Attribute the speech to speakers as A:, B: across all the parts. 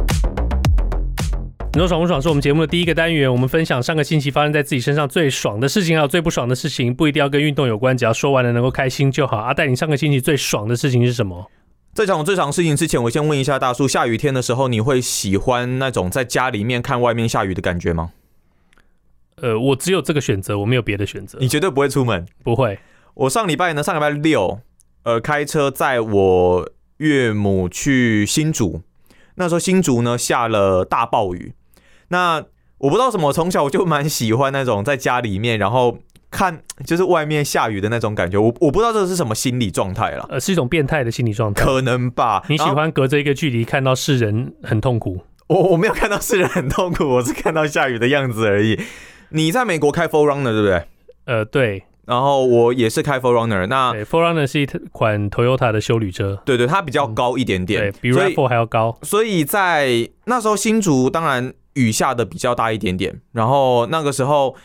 A: “你说爽不爽”是我们节目的第一个单元，我们分享上个星期发生在自己身上最爽的事情，还有最不爽的事情，不一定要跟运动有关，只要说完了能够开心就好。阿戴，你上个星期最爽的事情是什么？
B: 在讲我最常事情之前，我先问一下大叔，下雨天的时候你会喜欢那种在家里面看外面下雨的感觉吗？
A: 呃，我只有这个选择，我没有别的选择，
B: 你绝对不会出门。
A: 不会。
B: 我上礼拜呢，上礼拜六，呃，开车载我岳母去新竹，那时候新竹呢下了大暴雨。那我不知道为什么，从小我就蛮喜欢那种在家里面，然后看就是外面下雨的那种感觉。我我不知道这是什么心理状态啦，
A: 呃，是一种变态的心理状态。
B: 可能吧。
A: 你喜
B: 然后
A: 欢隔着一个距离看到世人很痛苦，
B: 我我没有看到世人很痛苦，我是看到下雨的样子而已。你在美国开 Four Runner 对不对？
A: 呃，对，
B: 然后我也是开 Four Runner，那
A: 对 f o r e r u n e r 是一款 Toyota 的修旅车，
B: 对对，它比较高一点
A: 嗯对
B: 点，
A: 比
B: 所以
A: RAV4 还要高。
B: 所以在那时候新竹当然雨下的比较大一点点，然后那个时候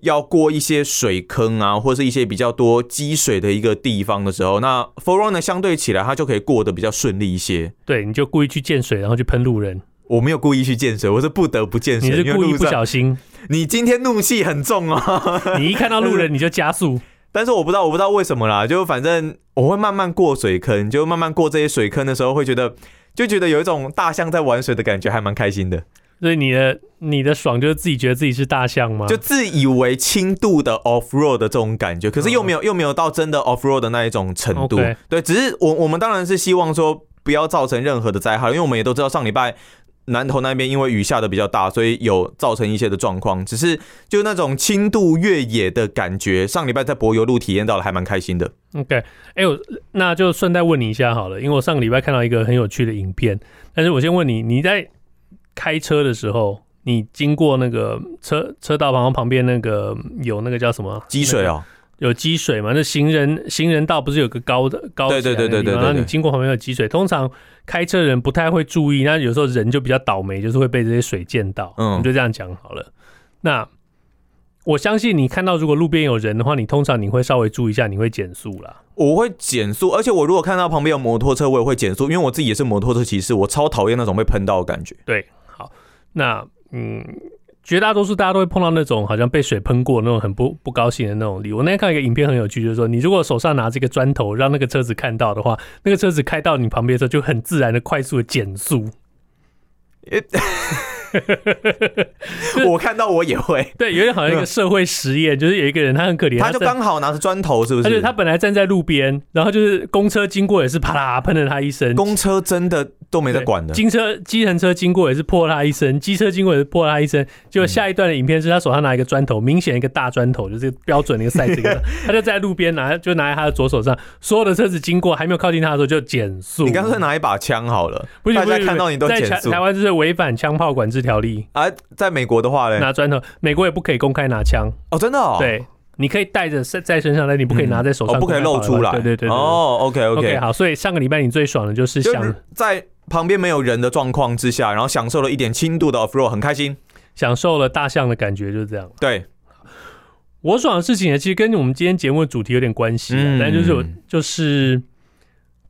B: 要过一些水坑啊，或是一些比较多积水的一个地方的时候，那 f o r e r u n 相对起来它就可以过得比较顺利一些。
A: 对，你就故意去溅水，然后去喷路人，
B: 我没有故意去见水，我是不得不见水。
A: 你
B: 因
A: 是
B: 为
A: 故意
B: 路
A: 不
B: 上，
A: 小心，
B: 你今天怒气很重哦。
A: 你一看到 路人你就加速。
B: 但是我不知道，我不知道为什么啦，就反正我会慢慢过水坑，就慢慢过这些水坑的时候，会觉得就觉得有一种大象在玩水的感觉，还蛮开心的，
A: 所以你的你的爽就是自己觉得自己是大象吗？
B: 就自以为轻度的 off road 的这种感觉，可是又没有又没有到真的 off road 的那一种程度
A: 嗯 OK
B: 对，只是我我们当然是希望说不要造成任何的灾害，因为我们也都知道上礼拜。南投那边因为雨下的比较大，所以有造成一些的状况，只是就那种轻度越野的感觉，上礼拜在柏油路体验到了，还蛮开心的。
A: OK，哎、我那就顺带问你一下好了，因为我上个礼拜看到一个很有趣的影片，但是我先问你，你在开车的时候，你经过那个车车道旁旁边那个有那个叫什么
B: 积水
A: 那个
B: 哦、
A: 有积水嘛？那行人行人道不是有个高的高
B: 对对
A: 起来的
B: 对对
A: 地方
B: 对对
A: 然后
B: 对
A: 你经过旁边有积水，通常开车的人不太会注意，那有时候人就比较倒霉，就是会被这些水溅到。
B: 嗯
A: 嗯，我们就这样讲好了。那我相信你看到如果路边有人的话，你通常你会稍微注意一下，你会减速啦。
B: 我会减速，而且我如果看到旁边有摩托车，我也会减速，因为我自己也是摩托车骑士，我超讨厌那种被喷到的感觉。
A: 对，好，那嗯，绝大多数大家都会碰到那种好像被水喷过那种很不不高兴的那种理由。我那天看到一个影片很有趣，就是说你如果手上拿这个砖头让那个车子看到的话，那个车子开到你旁边的时候就很自然的快速的减速。
B: 我看到我也会，
A: 对，有点好像一个社会实验，就是有一个人他很可怜，
B: 嗯他就
A: 站
B: 刚好拿着砖头，是不
A: 而且
B: 是？
A: 他本来站在路边，然后就是公车经过也是啪啦喷了他一身，
B: 公车真的都没在
A: 对
B: 管的，
A: 机车、机程车经过也是泼他一身，机车经过也是泼他一身。结
B: 嗯
A: 果下一段的影片是他手上拿一个砖头，明显一个大砖头，就是标准的一个赛车 的，他就在路边拿，就拿在他的左手上。所有的车子经过还没有靠近他的时候就减速。
B: 你干脆拿一把枪好了，
A: 不行
B: 大
A: 不
B: 家
A: 行，
B: 看到你都
A: 在
B: 减
A: 台
B: 速。
A: 台湾就是违反枪炮管制条例，
B: 啊，在美国的话嘞，
A: 拿砖头，美国也不可以公开拿枪。
B: 哦，真的哦，
A: 对，你可以带着在在身上，但你不可以拿在手上
B: 哦，不
A: 公
B: 可
A: 开
B: 以
A: 放玩，
B: 露出来，
A: 对对对对对
B: 哦，OK
A: OK，
B: OK，
A: 好，所以上个礼拜你最爽的就是
B: 就
A: 想
B: 是在旁边没有人的状况之下，然后享受了一点轻度的 off road，很开心。
A: 享受了大象的感觉，就是这样。
B: 对，
A: 我爽的事情呢，啊其实跟我们今天节目的主题有点关系啊、
B: 嗯
A: 但就是我就是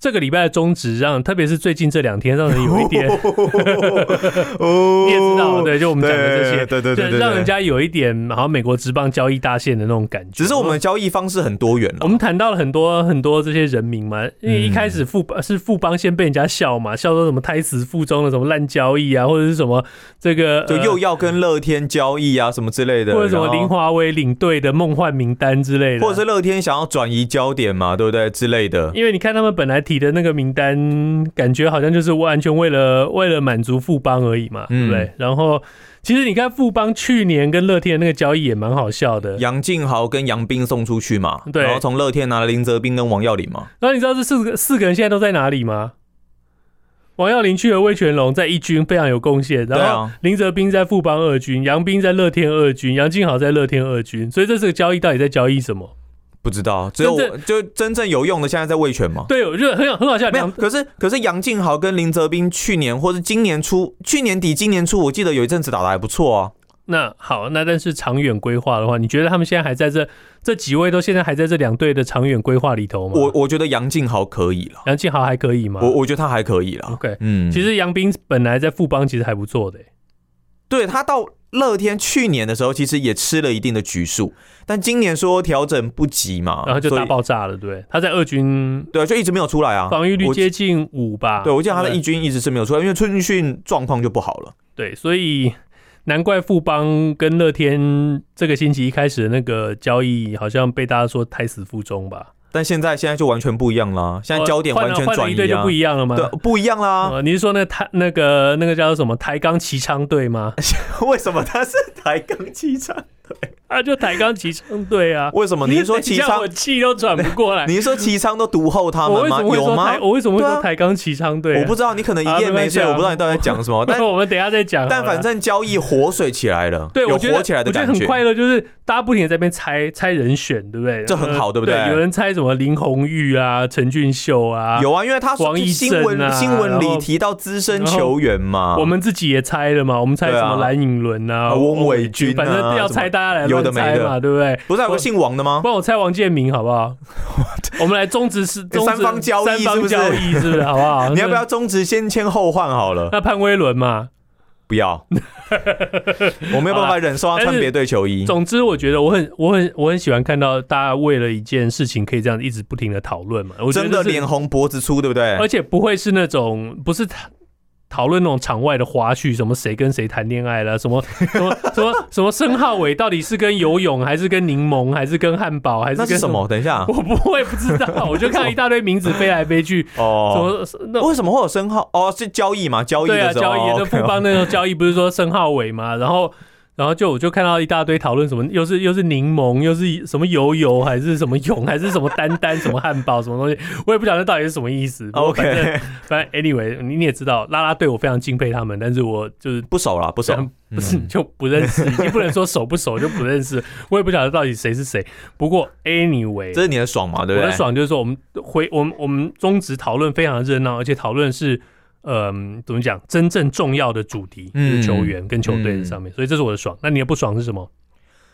A: 这个礼拜的宗旨让，特别是最近这两天，让人有一 点，
B: 哦
A: 你也知道，对，就我
B: 我
A: 们讲的这些，
B: 对对对对，
A: 就让人
B: 对
A: 家有一点好像美国职棒交易大线的那种感觉。
B: 只是我们交易方式很多元啊了
A: 我。们谈到了很多很多这些人名嘛，因为一
B: 嗯
A: 开始富邦是富邦先被人家笑嘛，笑说什么胎死腹中的什么烂交易啊，或者是什么这个
B: 就
A: 呃
B: 又要跟乐天交易啊，什么之类的，
A: 或者什么
B: 然后
A: 林，华威领队的梦幻名单之类的，
B: 或者是乐天想要转移焦点嘛，对不对之类的？
A: 因为你看他们本来提的那个名单，感觉好像就是完全为了为了满足富邦而已嘛，对
B: 嗯
A: 不对？然后其实你看富邦去年跟乐天的那个交易也蛮好笑的。
B: 杨敬豪跟杨斌送出去嘛，
A: 对
B: 然后从乐天拿了林哲斌跟王耀林嘛，
A: 然后你知道这四个四个人现在都在哪里吗？王耀林去了魏全龙，在一军非常有贡献，
B: 对
A: 然后
B: 啊，
A: 林哲斌在富邦二军，杨斌在乐天二军，杨敬豪在乐天二军，所以这次交易到底在交易什么？
B: 不知道，只有
A: 真
B: 我就真正有用的现在在卫权嘛。
A: 对，我觉得很有很好笑。
B: 没有，
A: 两
B: 可是可是杨敬豪跟林哲斌去年或是今年初，去年底今年初，我记得有一阵子打的还不错啊。
A: 那好，那但是长远规划的话，你觉得他们现在还在这这几位都现在还在这两队的长远规划里头吗？
B: 我我觉得杨敬豪可以了，
A: 杨敬豪还可以吗？
B: 我我觉得他还可以啦。
A: OK，
B: 嗯，
A: 其实杨斌本来在富邦其实还不错的、欸
B: 对他到乐天去年的时候，其实也吃了一定的局数，但今年说调整不及嘛，
A: 然后就
B: 所以
A: 大爆炸了，对不对？他在二军
B: 对啊，就一直没有出来啊，
A: 防御率
B: 我
A: 接近五吧？
B: 对，我记得他的
A: 对
B: 一军一直是没有出来，因为春训状况就不好了。
A: 对，所以难怪富邦跟乐天这个星期一开始的那个交易，好像被大家说胎死腹中吧？
B: 但现在现在就完全不一样啦，现在焦点
A: 哦换
B: 完
A: 了
B: 全
A: 换了
B: 转
A: 一
B: 移
A: 队就
B: 啊
A: 不，一样了吗？
B: 对，不一样啦。
A: 呃，你是说那个台那个那个叫做什么台钢旗昌队吗？
B: 为什么他是台钢机场？
A: 啊，就台钢旗昌队啊。
B: 为什哦么你 是说
A: 等一
B: 齐
A: 下
B: 昌
A: 我？气都转不过来。
B: 你是说齐昌都独后他
A: 我
B: 们
A: 为什
B: 吗？
A: 么会
B: 有
A: 说
B: 吗
A: 台？？我为什么会
B: 对
A: 说
B: 啊
A: 台钢旗昌队啊？
B: 我不知道，你可能一
A: 啊
B: 夜
A: 没关
B: 没
A: 系
B: 睡，
A: 啊
B: 我不知道你到底在讲什 么。但
A: 我们等一下再讲好了。
B: 但反正交易活水起来了，
A: 对，
B: 有
A: 我觉得
B: 活起来的感
A: 我觉得很快乐，就是大家不停地在那边猜猜人选，对不对？
B: 这很好
A: 呃
B: 对不对
A: 有人猜什么林红玉啊、陈俊秀啊，、
B: 有啊，因为他说
A: 王一
B: 新
A: 正
B: 闻、
A: 啊
B: 新闻
A: 然
B: 里
A: 后
B: 提到资深球员嘛，
A: 我们自己也猜了嘛，我们猜什
B: 啊对啊
A: 么蓝影伦啊、
B: 啊翁伟君啊
A: 反正要猜，大家来
B: 什么有
A: 乱
B: 的没
A: 猜嘛，
B: 的
A: 对不对？
B: 不是啊还有个
A: 我
B: 姓王的吗？
A: 帮我猜王建民好不 好？我们来终止是终止
B: 三方交易
A: 三
B: 是
A: 方
B: 不是
A: 交易是不是好不好？
B: 你要不要中职先签后换 好了？
A: 那潘威伦嘛？
B: 不要，我没有办法忍受他穿别队球衣。
A: 总之，我觉得我很我很我很喜欢看到大家为了一件事情可以这样一直不停的讨论嘛。我觉得
B: 真的
A: 这是
B: 脸红脖子粗，对不对？
A: 而且不会是那种不是讨讨论那种场外的花絮，什么谁跟谁谈恋爱了，什么什么什么什么申浩伟到底是跟游泳还是跟柠檬还是跟汉堡还是
B: 那
A: 跟
B: 是什么？？等一下，
A: 我不会不知道，我就看到一大堆名字飞来飞去，什
B: 哦，
A: 么那
B: 为什么会有身号？哦，是交易嘛？交易
A: 对
B: 的
A: 啊，
B: 时候，
A: 交易
B: 哦
A: 那
B: ，OK，
A: 富邦那时候交易不是说申浩伟嘛，然后。然后就我就看到一大堆讨论什么，又是又是柠檬，又是什么油油，还是什么勇，还是什么丹丹，什么汉堡，什么东西，我也不晓得那到底是什么意思。不过反正
B: OK，
A: 反正 anyway，你你也知道，啦啦队我非常敬佩他们，但是我就是
B: 不熟了，不熟。
A: 嗯不是就不认识，已经不能说熟不熟，就不认识，我也不晓得到底谁是谁。不过 anyway，
B: 这是你的爽嘛？对
A: 我
B: 不
A: 的
B: 对？
A: 爽就是说，我们回我们我们中职讨论非常热闹，而且讨论是嗯、怎么讲，真正重要的主题，就
B: 嗯
A: 是球员跟球队上面，所以这是我的爽。那你的不爽是什么？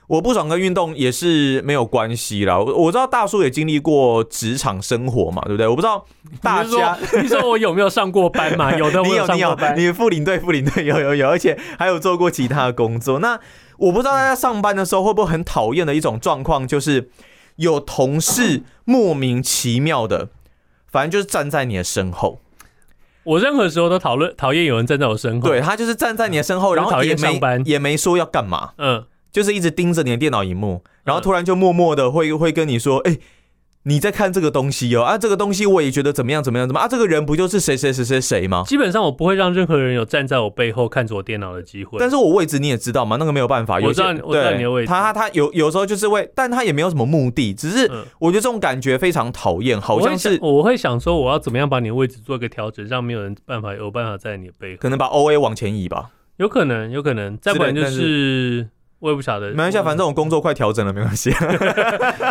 B: 我不爽跟运动也是没有关系啦。我我知道大叔也经历过职场生活嘛，对不对？我不知道大
A: 你是说
B: 家。
A: 你说我有没有上过班 嘛？有的，我
B: 你有
A: 上
B: 你
A: 过
B: 有
A: 班。
B: 你副领队副领队有有有，而且还有做过其他的工作。那我不知道大家上班的时候会不会很讨厌的一种状况，就是有同事莫名其妙的，反正就是站在你的身后，
A: 我任何时候都讨论讨厌有人站在我身后。，
B: 对他就是站在你的身后，
A: 嗯
B: 然后
A: 讨
B: 也
A: 厌
B: 没
A: 上班
B: 也没说要干嘛，
A: 嗯，
B: 就是一直盯着你的电脑荧幕，然后突然就默默的会会跟你说，哎、你在看这个东西哦，啊，这个东西我也觉得怎么样怎么样怎么样啊，这个人不就是谁谁谁谁谁吗？
A: 基本上我不会让任何人有站在我背后看着我电脑的机会。
B: 但是我位置你也知道嘛，那个没有办法。
A: 我
B: 有些
A: 知道你我知道
B: 对
A: 你的位置
B: 他他他有有时候就是为，但他也没有什么目的，只是
A: 嗯
B: 我觉得这种感觉非常讨厌，好
A: 我
B: 像
A: 会
B: 是
A: 想我会想说，我要怎么样把你的位置做一个调整，让没有人办法有办法在你的背后。
B: 可能把 O A 往前移吧。
A: 有可能，有可能，再不然就
B: 但是
A: 是我也不晓得。
B: 没关系啊，
A: 我
B: 反正我工作快调整了，没关系。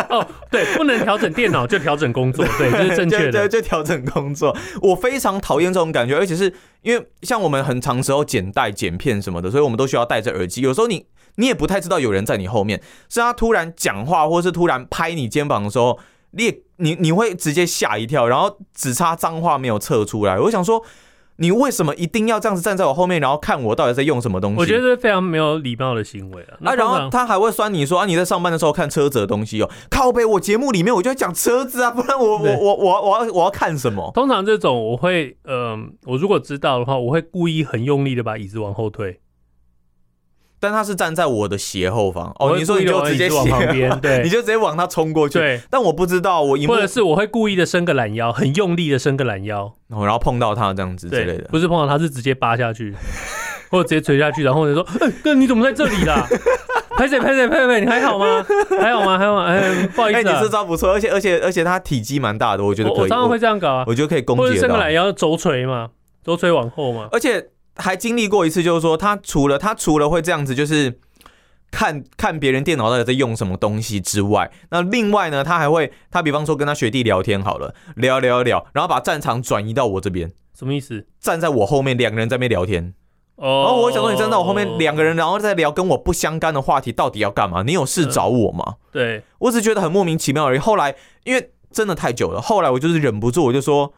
A: 哦， 对，不能调整电脑就调整工作，对，这是正确
B: 就就
A: 的。
B: 就调整工作， 我非常讨厌这种感觉，而且是因为像我们很长时候剪带、剪片什么的，所以我们都需要戴着耳机。有时候你你也不太知道有人在你后面，是他突然讲话，或是突然拍你肩膀的时候，你也你你会直接吓一跳，然后只差脏话没有测出来。我想说，你为什么一定要这样子站在我后面，然后看我到底在用什么东西？
A: 我觉得这是非常没有礼貌的行为啊。那
B: 啊，然后
A: 通常
B: 他还会酸你说啊，你在上班的时候看车子的东西哦，靠背，我节目里面我就要讲车子啊，不然我我
A: 对
B: 我我我要我要看什么？
A: 通常这种我会，嗯、我如果知道的话，我会故意很用力的把椅子往后推。
B: 但他是站在我的斜后方
A: 我
B: 哦，
A: 会
B: 你说
A: 故意
B: 你
A: 地
B: 就
A: 往
B: 直接
A: 椅子往
B: 斜
A: 旁边，对
B: 你就直接往他冲过去。
A: 对，
B: 但我不知道我一幕
A: 或者是我会故意的伸个懒腰，很用力的伸个懒腰，
B: 哦然后碰到他这样子之类
A: 对，
B: 的。
A: 不是碰到他是直接扒下去， 或者直接垂下去，然后就说：“哎哥、你怎么在这里啦？拍谁拍谁拍谁，你还好吗？还好吗？还好吗？哎，不好意
B: 哎，
A: 思、
B: 你
A: 啊
B: 这招不错，而且而且而且他体积蛮大的，我觉得
A: 我
B: 可
A: 我
B: 以，
A: 常常会
B: 我
A: 这样搞啊，
B: 我觉得可以攻
A: 或者
B: 击
A: 伸个
B: 得到。
A: 懒腰轴垂嘛，轴垂往后嘛。
B: 而且还经历过一次，就是说他除了他除了会这样子，就是看看别人电脑到底在用什么东西之外，那另外呢，他还会他比方说跟他学弟聊天好了，聊聊聊，然后把战场转移到我这边，
A: 什么意思？
B: 站在我后面，两个人在那边聊天。然
A: 哦
B: 后我想说，你站在我后面，两个人然后再聊跟我不相干的话题，到底要干嘛？你有事找我吗？
A: 对，
B: 我只觉得很莫名其妙而已。后来因为真的太久了，后来我就是忍不住，我就说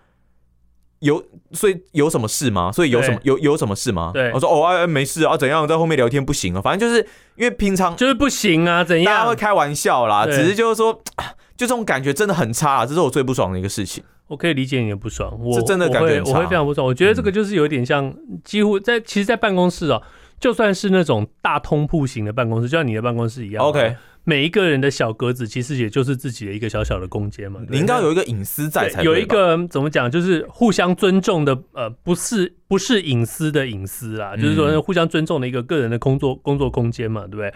B: 有，所以有什么事吗？所以有什么
A: 对
B: 有有什么事吗？
A: 对
B: 我说哦啊、哎没事啊，怎样在后面聊天不行啊？反正就是因为平常
A: 就是不行啊，怎
B: 大家会
A: 样？
B: 开玩笑啦，
A: 对
B: 只是就是说。啊就这种感觉真的很差、啊，这是我最不爽的一个事情。
A: 我可以理解你的不爽，我
B: 这真的
A: 我
B: 感觉
A: 会
B: 很
A: 我会
B: 差嗯
A: 非常不爽。我觉得这个就是有点像，几乎在其实，在办公室啊，就算是那种大通铺型的办公室，就像你的办公室一样啊
B: OK，
A: 每一个人的小格子其实也就是自己的一个小小的空间嘛。对不对
B: 你应该有一个隐私在
A: 对
B: 才
A: 有
B: 对
A: 一
B: 吧
A: 个怎么讲，就是互相尊重的，呃，不是不是隐私的隐私啦，就是说
B: 嗯
A: 互相尊重的一个个人的工作工作空间嘛，对不对？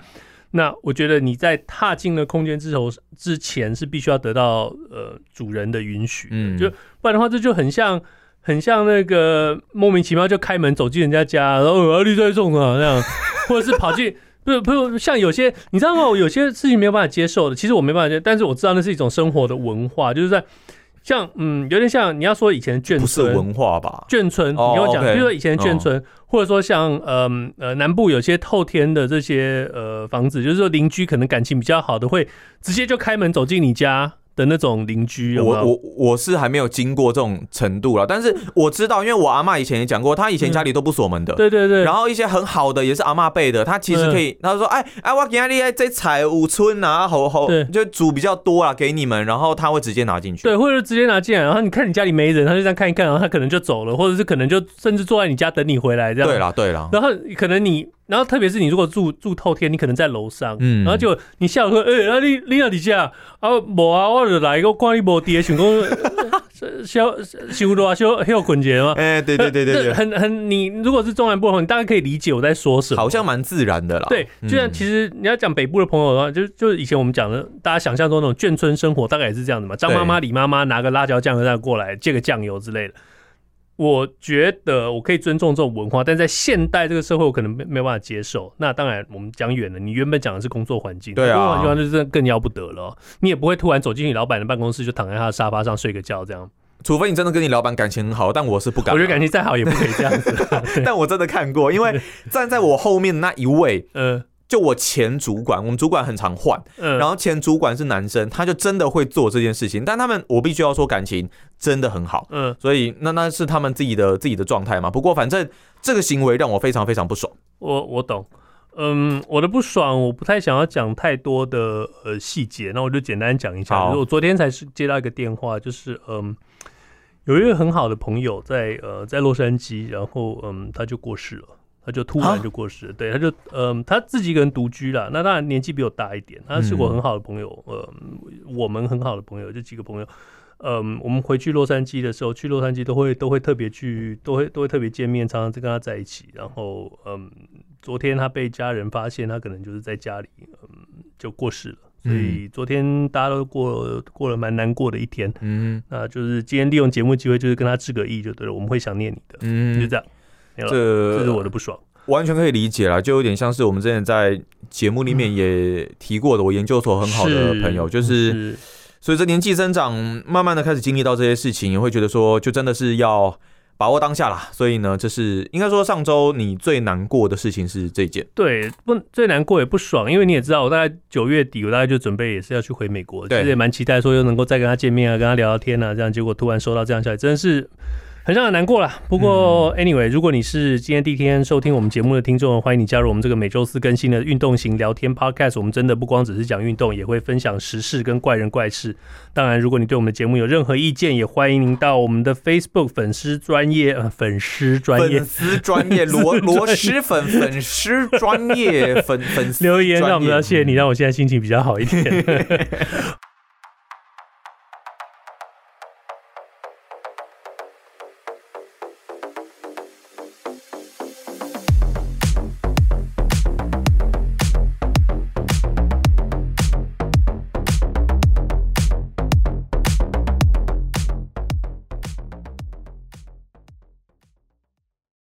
A: 那我觉得你在踏进了空间之后之前，是必须要得到呃主人的允许，
B: 嗯
A: 就不然的话，这就很像。很像那个莫名其妙就开门走进人家家，然后呃绿在种啊这样， 或者是跑进不是不是像有些你知道吗？我有些事情没有办法接受的，其实我没办法接受，但是我知道那是一种生活的文化，就是在像嗯，有点像你要说以前的眷
B: 不是
A: 村，
B: 文化吧？
A: 眷村，
B: 哦
A: 你跟我讲，
B: OK 哦
A: 比如说以前的眷村，或者说像呃呃南部有些透天的这些呃房子，就是说邻居可能感情比较好的，会直接就开门走进你家的那种邻居，有没
B: 我
A: 有嗯
B: 我我是还没有经过这种程度了，但是我知道，因为我阿嬷以前也讲过，她以前家里都不锁门的。
A: 对嗯对对，
B: 然后一些很好的也是阿嬷辈的，她其实可以，她就说，哎哎，我给你这采五村啊，好好
A: 对
B: 就煮比较多啊，给你们，然后她会直接拿进去。
A: 对，或者直接拿进来，然后你看你家里没人，他就这样看一看，然后他可能就走了，或者是可能就甚至坐在你家等你回来这样。
B: 对啦对啦，
A: 然后可能你，然后特别是你如果住住透天，你可能在楼上，
B: 嗯
A: 然后就你下午说，哎、欸，啊你你到底下啊，无啊，我就来个看你无伫，想讲小小热小小困节嘛。
B: 哎，对对对对
A: 这
B: 对，
A: 很很你如果是中南部的话，你大概可以理解我在说什么。
B: 好像蛮自然的啦。
A: 对，就像
B: 嗯
A: 其实你要讲北部的朋友的话，就就是以前我们讲的，大家想象中那种眷村生活，大概也是这样的嘛。张妈妈、李妈妈拿个辣椒酱油蛋过来，借个酱油之类的。我觉得我可以尊重这种文化，但在现代这个社会，我可能没没有办法接受。那当然，我们讲远了，你原本讲的是工作环境，
B: 对啊
A: 工作环境的话就真的更要不得了哦。你也不会突然走进你老板的办公室，就躺在他的沙发上睡个觉这样。
B: 除非你真的跟你老板感情很好，但我是 不敢啊。
A: 我觉得感情再好也不可以这样子。 对，
B: 但我真的看过，因为站在我后面的那一位，
A: 嗯
B: 就我前主管，我们主管很常换，
A: 嗯，
B: 然后前主管是男生，他就真的会做这件事情，但他们我必须要说感情真的很好，
A: 嗯，
B: 所以那那是他们自己的自己的状态嘛。不过反正这个行为让我非常非常不爽。
A: 我我懂，嗯，我的不爽，我不太想要讲太多的呃细节，那我就简单讲一下。
B: 好
A: 就是我昨天才是接到一个电话，就是嗯，有一个很好的朋友在呃在洛杉矶，然后嗯他就过世了，他就突
B: 啊
A: 然就过世了，对，他就嗯他自己一个人独居了，那当然年纪比我大一点，他是我
B: 嗯
A: 很好的朋友，呃，我们很好的朋友，就几个朋友。嗯，我们回去洛杉矶的时候，去洛杉矶都会都会特别去，都会都会特别见面，常常在跟他在一起。然后，嗯，昨天他被家人发现，他可能就是在家里，嗯，就过世了。所以昨天大家都过过了蛮难过的一天。
B: 嗯
A: 那就是今天利用节目机会，就是跟他致个意就对了，我们会想念你的，就
B: 嗯，
A: 这样。没有了，
B: 这
A: 这是我的不爽。
B: 完全可以理解啦，就有点像是我们之前在节目里面也提过的，我研究所很好的朋友，就是所以这年纪增长，慢慢的开始经历到这些事情，也会觉得说，就真的是要。把握当下啦，所以呢，这是应该说上周你最难过的事情是这件，
A: 对，不最难过也不爽，因为你也知道，我大概九月底，我大概就准备也是要去回美国，
B: 对
A: 其实也蛮期待说又能够再跟他见面啊，跟他聊聊天啊，这样结果突然收到这样消息，真的是很让人难过啦。不过、anyway，如果你是今天第一天收听我们节目的听众，欢迎你加入我们这个每周四更新的运动型聊天 podcast。我们真的不光只是讲运动，也会分享时事跟怪人怪事。当然，如果你对我们的节目有任何意见，也欢迎您到我们的 Facebook 粉丝专业、呃、粉丝专业
B: 粉丝专 业螺螺蛳粉粉丝专业粉粉丝
A: 留言，
B: 专
A: 让我们嗯
B: 业
A: 要谢谢你，让我现在心情比较好一点。